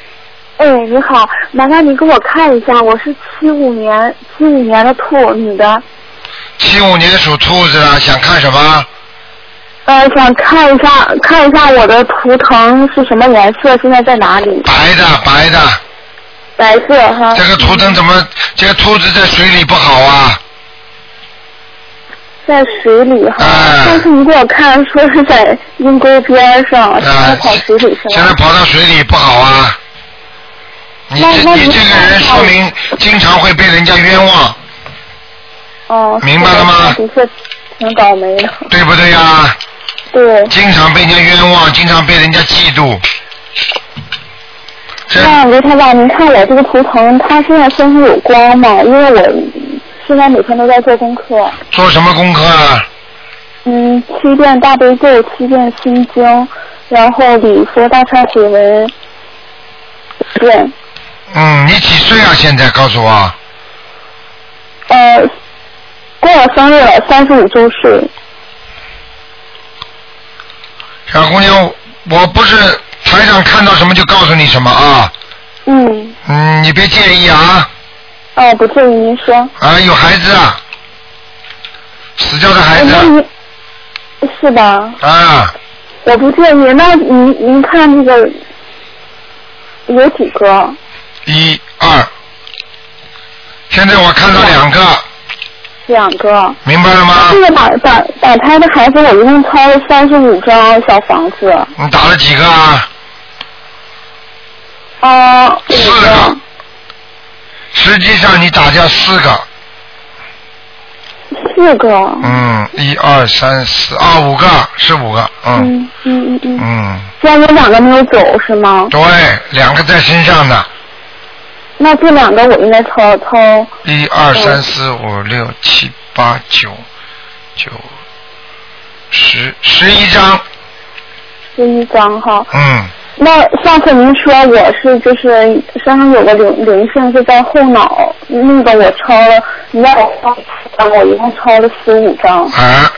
哎，你好，麻烦你给我看一下，我是七五年七五年的兔女的，七五年属兔子的，想看什么？呃，想看一下看一下我的图腾是什么颜色，现在在哪里？白的，白的。啊白色哈。这个图腾怎嗯么？这个兔子在水里不好啊！在水里哈。啊上次你给我看说是在阴沟边上，现在跑水里去啊现在了。跑到水里不好啊！你那这那你你这个人说明经常会被人家冤枉，哦。明白了吗是的的确挺倒霉的。对不对呀、对。经常被人家冤枉，经常被人家嫉妒。那刘台长，您看我这个图腾，它现在身上有光吗？因为我现在每天都在做功课，做什么功课啊？嗯，七遍大悲咒，七遍心经，然后礼佛大忏悔文，对，嗯，你几岁啊？现在告诉我，呃，过了生日了，三十五周岁，小姑娘，我不是台上看到什么就告诉你什么啊。嗯。嗯，你别介意啊哦，不介意您说，啊，有孩子啊，死掉的孩子那您呃是吧？啊，我不介意，那您您看那个有几个？一二。现在我看到两个，两个。明白了吗？这个打打打胎的孩子，我一共抄了三十五张小房子。你打了几个啊？啊、四呃个。实际上你打掉四个，四个。嗯，一二三四啊，五个是五个，嗯嗯嗯嗯嗯。嗯，现在有两个没有走是吗？对，两个在身上的，那这两个我应该抄抄。一二三四五六七八九九十十一张，十一张哈。嗯，那上次您说我是就是身上有个灵灵性是在后脑，那个我抄了，你让我抄四张，我一共抄了十五张。啊，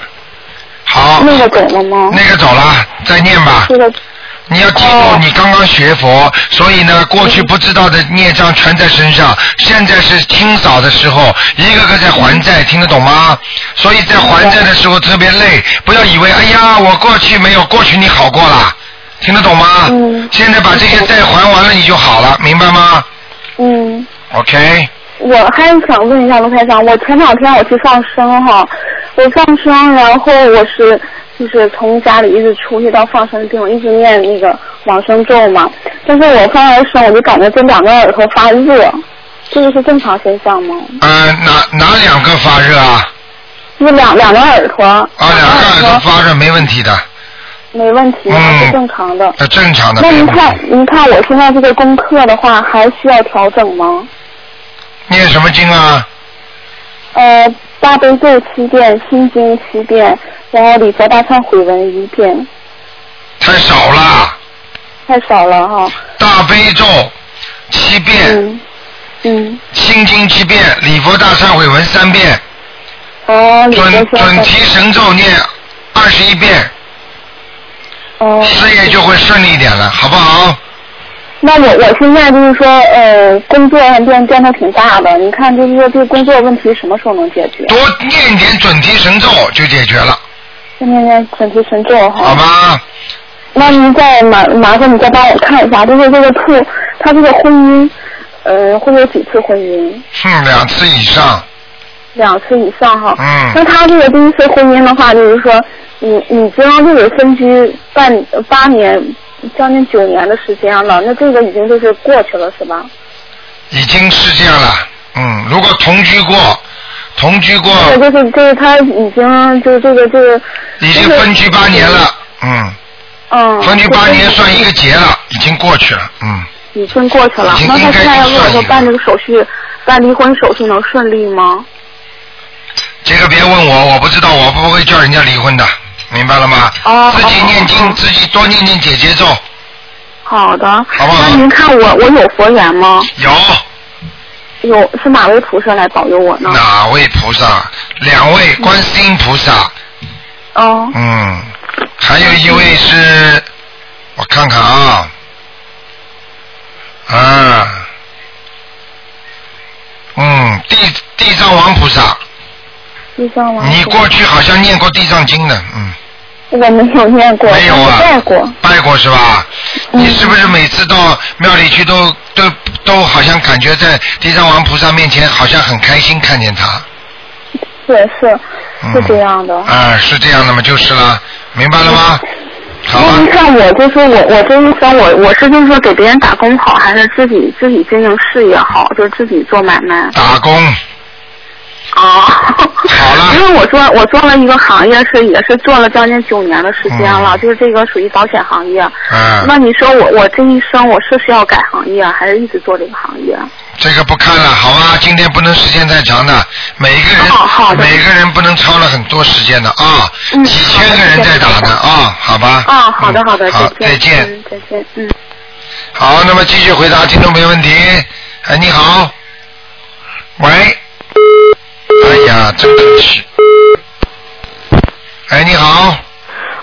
好，那个走了吗？那个走了，再念吧。这个你要记住，你刚刚学佛，所以呢，过去不知道的孽障全在身上。现在是清扫的时候，一个个在还债，听得懂吗？所以在还债的时候特别累，不要以为哎呀，我过去没有，过去你好过了，听得懂吗？现在把这些债还完了，你就好了，明白吗嗯。 ？OK，我还想问一下卢台长，我前两天我去上升哈，我上升，然后我是就是从家里一直出去到放生地方，一直念那个往生咒嘛。但是我放完生，我就感觉这两个耳朵发热，这个是正常现象吗？呃，哪哪两个发热啊？就是两两个耳朵啊，两个耳朵发热没问题的，没问题，是正常的。呃，嗯正常的。那没您问题。看，您看我现在这个功课的话，还需要调整吗？念什么经啊？呃，大悲咒七遍，心经七遍，然后礼佛大忏悔文一遍，太少了，太少了哈、大悲咒七遍。嗯，心经七遍，礼佛大忏悔文三遍，哦，礼佛准消准提神咒念二十一遍，哦，嗯事业就会顺利一点了，好不好？那我我现在就是说，呃，工作上变变化挺大的，你看就是说这个工作问题什么时候能解决？多念点准提神咒就解决了，现在在准提神咒哈。好吗？那您再麻麻烦你再帮我看一下，就是这个兔，他这个婚姻，呃，会有几次婚姻？哼，两次以上，两次以上哈。嗯那他这个第一次婚姻的话，就是说，已已经就是分居半呃八年，将近九年的时间了，那这个已经就是过去了，是吧？已经是这样了。嗯，如果同居过，同居过这个就是就是他已经就是这个这个。已经分居八年了，嗯，嗯。分居八年算一个结了，已经过去了，嗯。已经过去了已经，那他应该现在要就如果算说一个办这个手续，办离婚手续能顺利吗？这个别问我，我不知道，我不会叫人家离婚的，明白了吗？哦自己念经，自己多念念姐姐咒，好的，好不好那您看我我有佛缘吗？有有是哪位菩萨来保佑我呢？哪位菩萨？两位观世音菩萨，哦，嗯，还有一位是，我看看啊，啊，嗯，地地藏王菩萨，地藏王菩萨。你过去好像念过地藏经的，嗯，我没有念过，没有啊我拜过。拜过是吧？嗯你是不是每次到庙里去都都都好像感觉在地藏王菩萨面前好像很开心看见他？是是嗯是这样的。啊，是这样的吗？就是了，明白了嗯吗？那您看我就是我我这一生我我是就是说给别人打工好，还是自己自己经营事业好，就是自己做买卖？打工。因为我做我做了一个行业是也是做了将近九年的时间了，就是这个属于保险行业。嗯那你说我我这一生我是需要改行业，还是一直做这个行业？这个不看了，好吧？今天不能时间太长的，每一个人哦每个人不能超了很多时间的啊，嗯几千个人在打的啊，好吧？啊、好的好的，好，再再见。嗯再见，嗯。好，那么继续回答听众朋友问题。哎，你好，喂，哎呀，真可惜。哎，你好，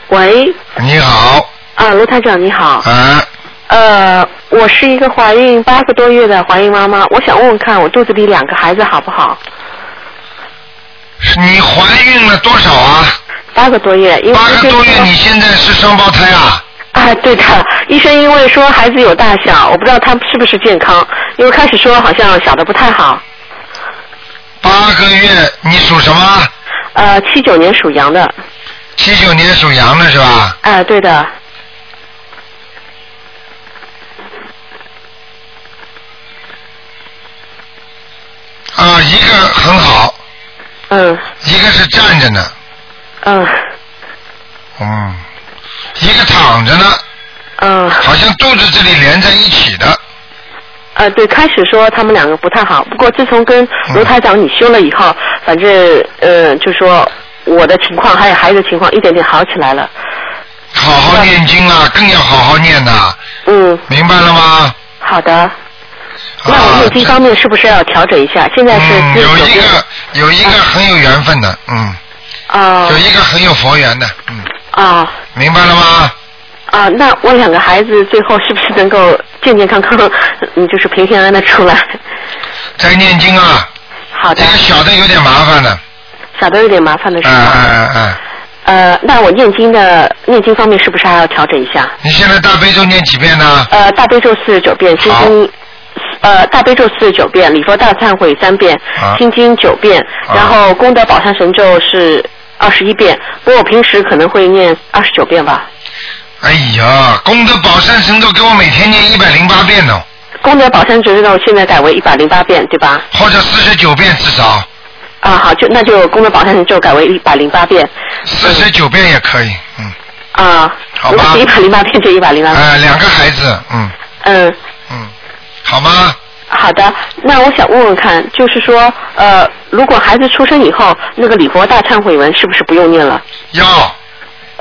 喂，你好，啊，卢台长你好，啊，呃，我是一个怀孕八个多月的怀孕妈妈，我想问问看，我肚子里两个孩子好不好？你怀孕了多少啊？八个多月，因为八个多月，你现在是双胞胎啊？啊，对的，医生因为说孩子有大小，我不知道他是不是健康，因为开始说好像小的不太好。八个月，你属什么？呃，七九年属羊的，啊、七九年属羊的是吧？对的，啊，一个很好，嗯，一个是站着呢，嗯，嗯，一个躺着呢，嗯，好像肚子这里连在一起的，呃，对，开始说他们两个不太好，不过自从跟卢台长你修了以后，反正呃，就说我的情况还有孩子的情况一点点好起来了。好好念经啊，更要好好念呐、嗯。明白了吗？啊好的。那我念经方面是不是要调整一下？现在是嗯，自己有一个有一个很有缘分的，嗯，啊有一个很有佛缘的，嗯，啊明白了吗？啊！那我两个孩子最后是不是能够健健康康，嗯，就是平平安安的出来？ 在念经啊，好的。这个小的有点麻烦的，小的有点麻烦的是嗯吧？嗯嗯嗯，呃，那我念经的念经方面是不是还要调整一下？你现在大悲咒念几遍呢？呃，大悲咒四十九遍，心经呃大悲咒四十九遍，礼佛大忏悔三遍啊，心经九遍，然后功德宝山神咒是二十一遍。不过我平时可能会念二十九遍吧。哎呀，功德宝山神咒给我每天念一百零八遍呢，功德宝山神咒现在改为一百零八遍，对吧？或者四十九遍至少，啊，好，就那就功德宝山神咒改为一百零八遍。四十九遍也可以，嗯，啊，好如果吧是一百零八遍就一百零八遍。哎、两个孩子，嗯，嗯。好吗？好的，那我想问问看，就是说，呃，如果孩子出生以后，那个礼佛大忏悔文是不是不用念了？要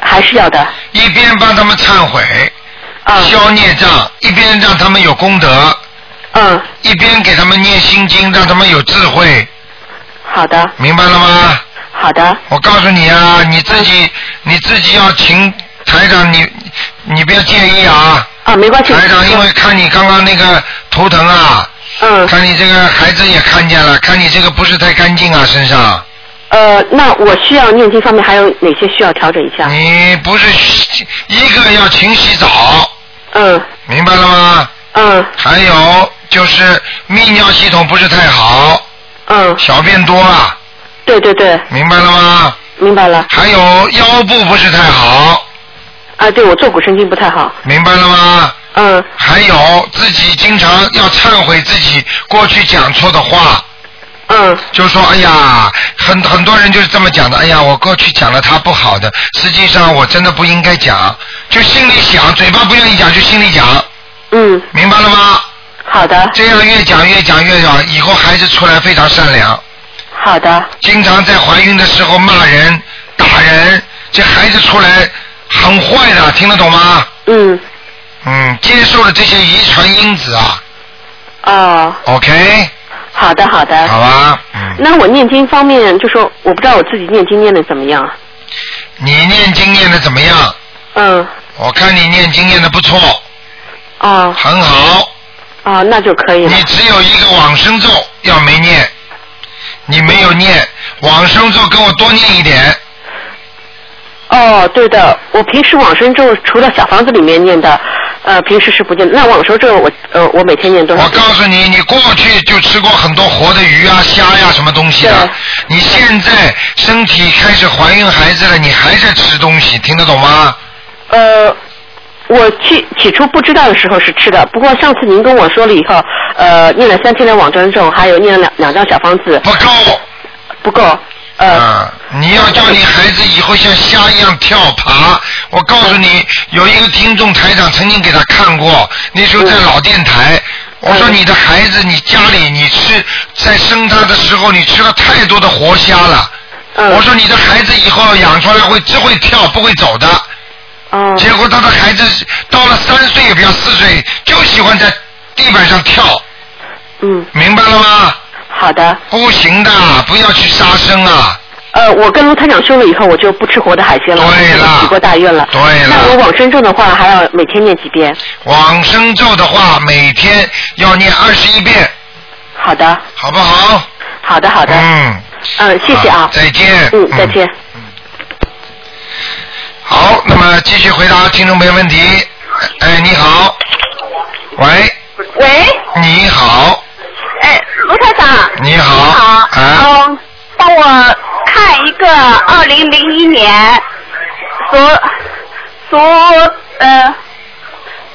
还是要的？一边帮他们忏悔，消孽障，一边让他们有功德，嗯，一边给他们念心经，让他们有智慧，好的，明白了吗？好的。我告诉你啊，你自己你自己要勤。台长你你不要介意啊。啊，没关系。台长，因为看你刚刚那个头疼啊，嗯，看你这个孩子也看见了，看你这个不是太干净啊，身上。呃，那我需要念经方面还有哪些需要调整一下？你不是洗一个要勤洗澡，嗯，明白了吗？嗯。还有就是泌尿系统不是太好，嗯，小便多啊，对对对，明白了吗？明白了。还有腰部不是太好，啊，对我坐骨神经不太好。明白了吗？嗯。还有自己经常要忏悔自己过去讲错的话。嗯。就说哎呀，很很多人就是这么讲的，哎呀，我过去讲了他不好的，实际上我真的不应该讲，就心里想，嘴巴不愿意讲，就心里讲。嗯。明白了吗？好的。这样越讲越讲越讲，以后孩子出来非常善良。好的。经常在怀孕的时候骂人、打人，这孩子出来很坏的，听得懂吗？嗯。嗯，接受了这些遗传因子啊。哦。 OK，好的好的。好吧。嗯那我念经方面，就说我不知道我自己念经念的怎么样。你念经念的怎么样？嗯。我看你念经念的不错，哦。很好。哦，那就可以了。你只有一个往生咒要没念，你没有念往生咒，跟我多念一点。哦，对的，我平时往生咒除了小房子里面念的，呃，平时是不念的。那往生咒我呃我每天念多少我？告诉你，你过去就吃过很多活的鱼啊、虾呀、什么东西的。你现在身体开始怀孕孩子了，你还在吃东西，听得懂吗？呃，我起起初不知道的时候是吃的，不过上次您跟我说了以后，呃，念了三千的往生咒，还有念了两两张小房子。不够。不够。呃啊，你要叫你孩子以后像虾一样跳爬。我告诉你，有一个听众台长曾经给他看过，那时候在老电台。嗯我说你的孩子，你家里你吃在生他的时候，你吃了太多的活虾了。嗯我说你的孩子以后养出来会只会跳不会走的。嗯结果他的孩子到了三岁也不要四岁，就喜欢在地板上跳。嗯。明白了吗？好的。不行的，不要去杀生啊！呃，我跟卢台长修了以后，我就不吃活的海鲜了，对了，许过大愿了。对了那我往生咒的话，还要每天念几遍？往生咒的话，每天要念二十一遍，好的。好不好？好的，好的。嗯。嗯，谢谢啊好。再见嗯，再见。好，那么继续回答听众朋友问题。哎，你好，喂，喂，你好，哎，卢台长，你好，嗯、啊，帮我看一个二零零一年属属呃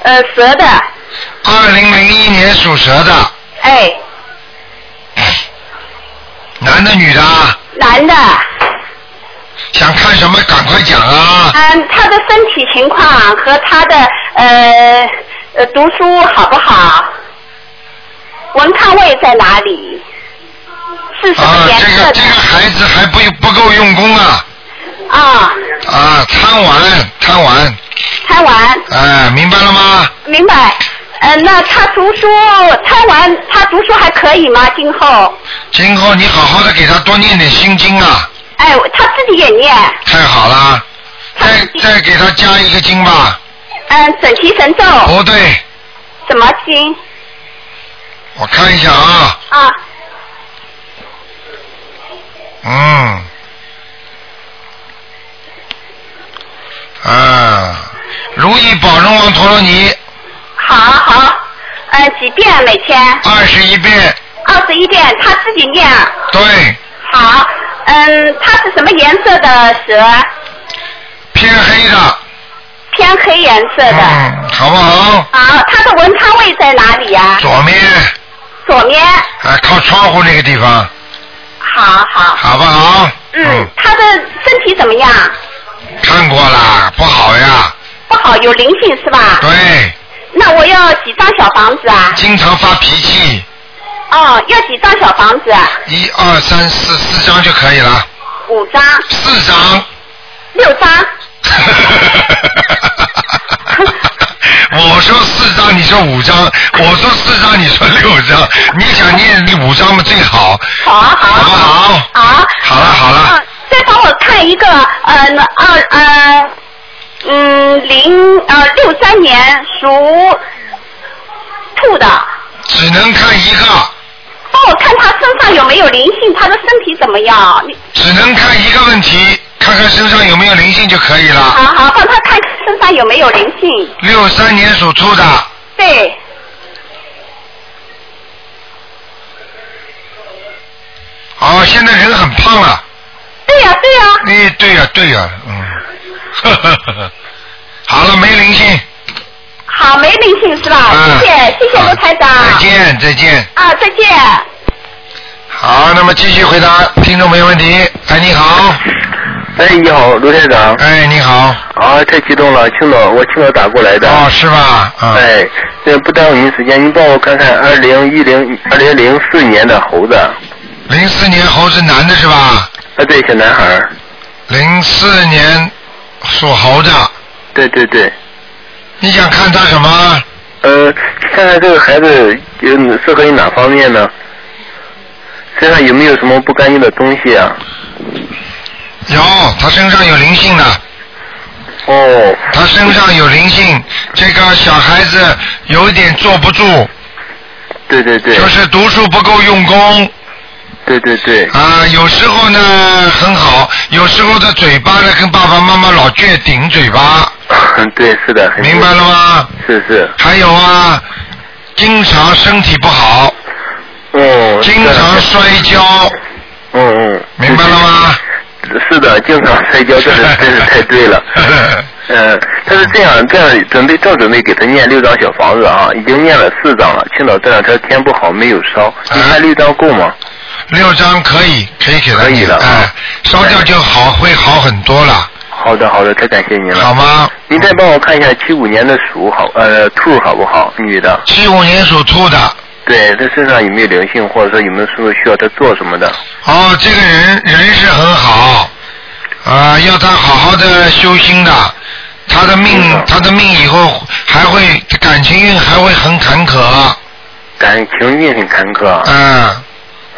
呃蛇的，二零零一年属蛇的，哎，男的女的啊，男的，想看什么赶快讲啊！嗯，他的身体情况和他的呃呃读书好不好？文康位在哪里？是什啊么颜色的？孩子还不不够用功啊啊，啊，贪玩贪玩，贪玩。哎，明白了吗？明白。呃，那他读书，他玩，他读书还可以吗？今后，今后你好好的给他多念点心经啊，哎，他自己也念，太好了。再再给他加一个经吧，嗯，准提神咒，不哦对，什么经我看一下啊，啊？嗯，啊，如意宝龙王陀罗尼好好，呃，几遍每天？二十一遍，二十一遍，他自己念。对，好，嗯，他是什么颜色的蛇？偏黑的，偏黑颜色的。嗯，好不好？好，他的文昌位在哪里呀、左面，左面。哎，靠窗户那个地方，好好。好不好？嗯，他的身体怎么样？看过啦，不好呀，不好，有灵性是吧？对，那我要几张小房子啊？经常发脾气，哦，要几张小房子？啊？一二三四四张就可以了，五张、四张，六张。我说四张，你说五张；我说四张，你说六张。你想念第五张嘛最好。好啊，好啊，好啊，好了，好了。再帮我看一个，呃，二呃，嗯，零呃六三年属兔的。只能看一个。哦，看他身上有没有灵性，他的身体怎么样？你只能看一个问题，看看身上有没有灵性就可以了。好好帮他看身上有没有灵性。六三年属兔的，对，哦，现在人很胖了。对呀、对呀、哎，对呀、对呀、嗯，呵呵呵呵， 好了，没灵性，好没灵性是吧？嗯谢谢谢谢罗台长。再见，再见。啊，再见。好，那么继续回答听众朋友问题。哎，你好，哎，你好，卢台长。哎，你好。啊，太激动了，青岛，我青岛打过来的。哦，是吧？啊、哎，这不耽误您时间，您帮我看看二零一零二零零四年的猴子。零四年猴是男的是吧？啊，对，小男孩儿。零四年属猴的，对对对。你想看他什么？呃，看看这个孩子有适合于哪方面呢？身上有没有什么不干净的东西啊？有，他身上有灵性的。哦。他身上有灵性，这个小孩子有一点坐不住，对对对。就是读书不够用功。对对对。啊、有时候呢很好，有时候的嘴巴呢跟爸爸妈妈老倔顶嘴巴，嗯，对，是的。明白了吗？是是。还有啊，经常身体不好，嗯。经常摔跤，嗯嗯。明白了吗？是的，经常摔跤，这是真是太对了。嗯，他是这样，这样准备正准备给他念六张小房子啊，已经念了四张了。青岛这两天天不好，没有啊烧，你看六张够吗？六张可以，可以给他可以念的啊哎，烧掉就好，会好很多了。好的，好的，太感谢您了。好吗？您再帮我看一下七五年的鼠好，呃，兔好不好？女的。七五年属兔的，对，她身上有没有灵性，或者说有没有什么需要她做什么的？哦，这个人人是很好，啊、要他好好的修心的，他的命，他的命以后还会感情运还会很坎坷，感情运很坎坷。嗯，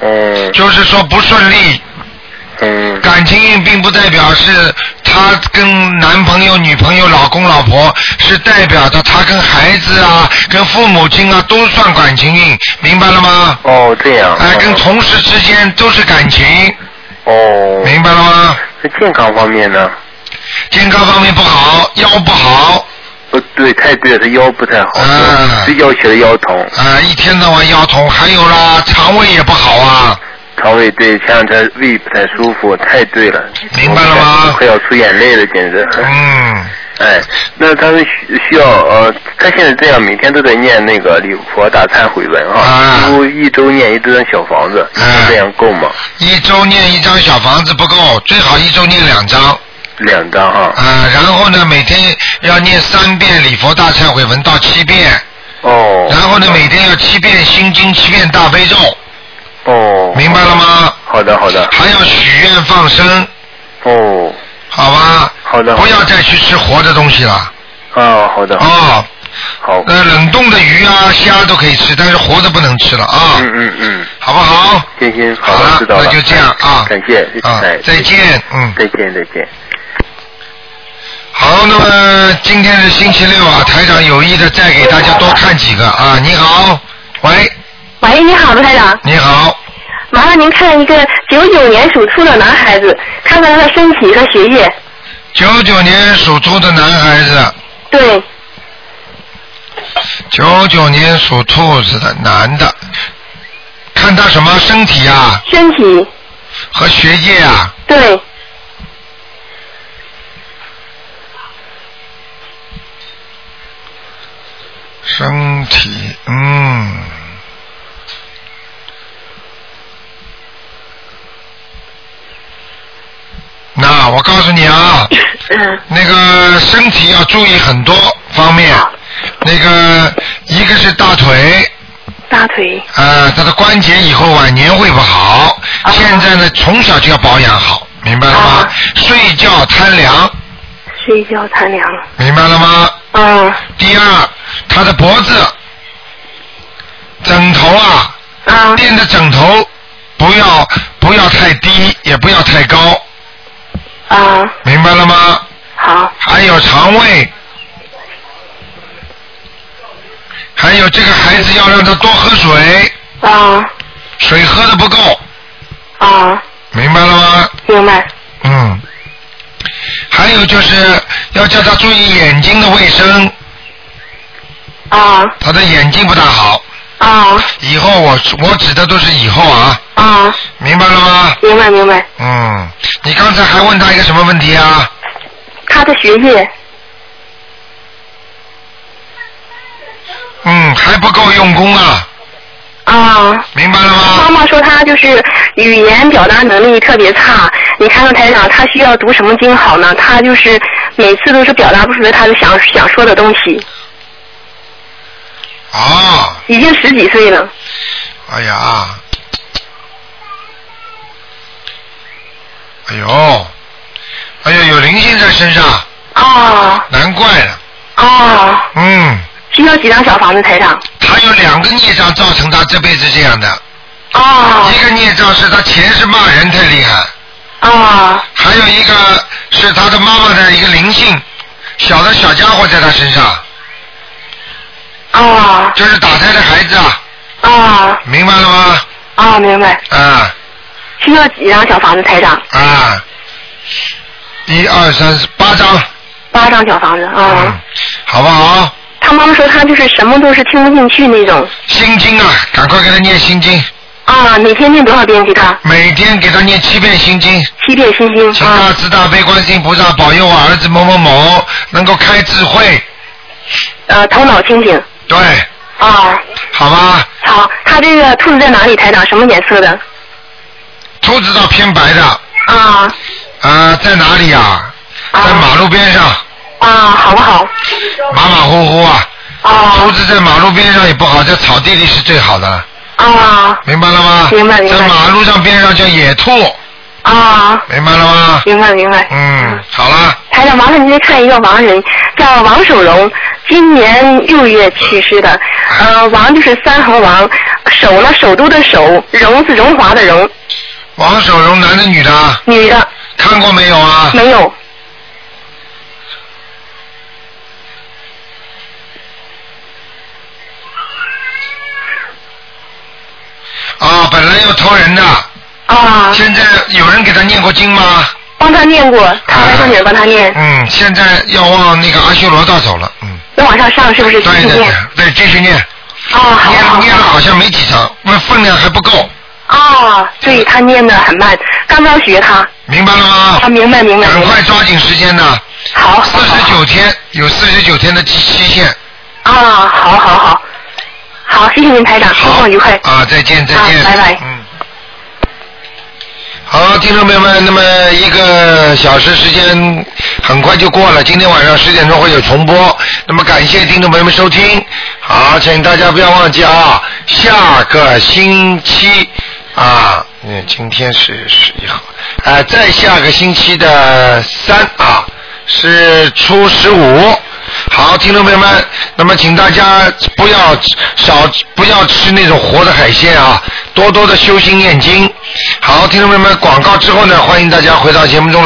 嗯，就是说不顺利。嗯，感情运并不代表是他跟男朋友、女朋友、老公、老婆，是代表着他跟孩子啊、跟父母亲啊都算感情运，明白了吗？哦，这样。哎，跟同事之间都是感情，哦。明白了吗？在健康方面呢？健康方面不好，腰不好，呃，对，太对了，她腰不太好，睡觉起来腰疼，啊，一天到晚腰痛，还有啦，肠胃也不好啊，肠胃对，前两天胃不太舒服，太对了。明白了吗？快要出眼泪了，简直。嗯。哎，那他是需需要呃，他现在这样每天都在念那个礼佛大忏悔文啊，几乎一周念一张小房子，啊这样够吗？一周念一张小房子不够，最好一周念两张。两张哈、啊，然后呢，每天要念三遍礼佛大忏悔文到七遍。哦。然后呢，每天要七遍心经，七遍大悲咒。哦。明白了吗？好的，好的。还要许愿放生。哦。好吧。好的。不要再去吃活的东西了。哦，好的。哦。好。呃，冷冻的鱼啊、虾都可以吃，但是活的不能吃了啊。嗯嗯嗯。好不好？行行，好了，知道了。那就这样啊感谢，啊哎，再见，嗯，再见，再见。好，那么今天是星期六啊，台长有意的再给大家多看几个啊。你好，喂，喂，你好，卢台长，你好，麻烦您看一个九九年属兔的男孩子，看看他的身体和学业。九九年属兔的男孩子，对，九九年属兔子的男的，看他什么身体啊？身体。和学业啊？对。身体，嗯。那我告诉你啊，那个身体要注意很多方面，那个一个是大腿，大腿，呃，他的关节以后晚年会不好，现在呢从小就要保养好，明白了吗？睡觉贪凉，睡觉贪凉。明白了吗？嗯。第二，他的脖子、枕头啊，垫的枕头不要不要太低，也不要太高。啊。明白了吗？好。还有有肠胃，还有这个孩子要让他多喝水。啊。水喝的不够，啊，明白了吗？明白。嗯。还有就是要叫他注意眼睛的卫生。啊。他的眼睛不大好。啊。以后我我指的都是以后啊。啊。明白了吗？明白明白。嗯，你刚才还问他一个什么问题啊？他的学业嗯，还不够用功啊。啊。明白了吗？妈妈说他就是语言表达能力特别差，你看看台长，他需要读什么经好呢？他就是每次都是表达不出来他的想想说的东西。啊。已经十几岁了。哎呀，哎呦，哎呦，有灵性在身上，啊难怪了。啊，嗯，需要几张小房子，台长？他有两个孽障造成他这辈子这样的。啊。一个孽障是他前世骂人太厉害。啊。还有一个是他的妈妈的一个灵性，小的小家伙在他身上。啊。就是打胎的孩子啊，啊明白了吗？啊，明白。啊需要几张小房子，台长？啊，一二三四八张，八张小房子啊。嗯好不好？他妈妈说他就是什么都是听不进去那种。心经啊，赶快给他念心经。啊，每天念多少遍给他？每天给他念七遍心经。七遍心经。啊请大慈大悲观世音菩萨保佑我儿子某某某能够开智慧。呃，头脑清醒。对，啊，好吧。好，他这个兔子在哪里，台长？什么颜色的？兔子倒偏白的。啊。啊，在哪里啊？在马路边上。啊，好不好？马马虎虎啊。啊。兔子在马路边上也不好，在草地里是最好的，啊明白了吗？明白明白在马路上边上叫野兔，啊，明白了吗？明白明白。嗯，好了，台长，麻烦您再看一个亡人，叫王守荣，今年六月去世的。呃，王就是三横王，守呢首都的守，荣是荣华的荣，王守荣，男的女的啊？女的。看过没有啊？没有。啊，本来要偷人的。啊。现在有人给他念过经吗？帮他念过，他外甥女儿帮他念，嗯，现在要往那个阿修罗道走了，嗯，要往上上是不是？继对续对念对。，对，继续念。啊，好好念了好像没几张，那分量还不够，啊，对他念的很慢，刚刚学他。明白了吗？啊，明白明白。赶快抓紧时间呐。好。四十九天，有四十九天的期期限啊，好好好，好，谢谢您台长，周末愉快。啊！再见，再见。啊拜拜。嗯。好，听众朋友们，那么一个小时时间很快就过了，今天晚上十点钟会有重播。那么感谢听众朋友们收听，好，请大家不要忘记啊，下个星期啊，嗯，今天是十一号，啊，在下个星期的三啊，是初十五。好，听众朋友们，那么请大家不要少不要吃那种活的海鲜啊，多多的修心念经。好，听众朋友们，广告之后呢，欢迎大家回到节目中来。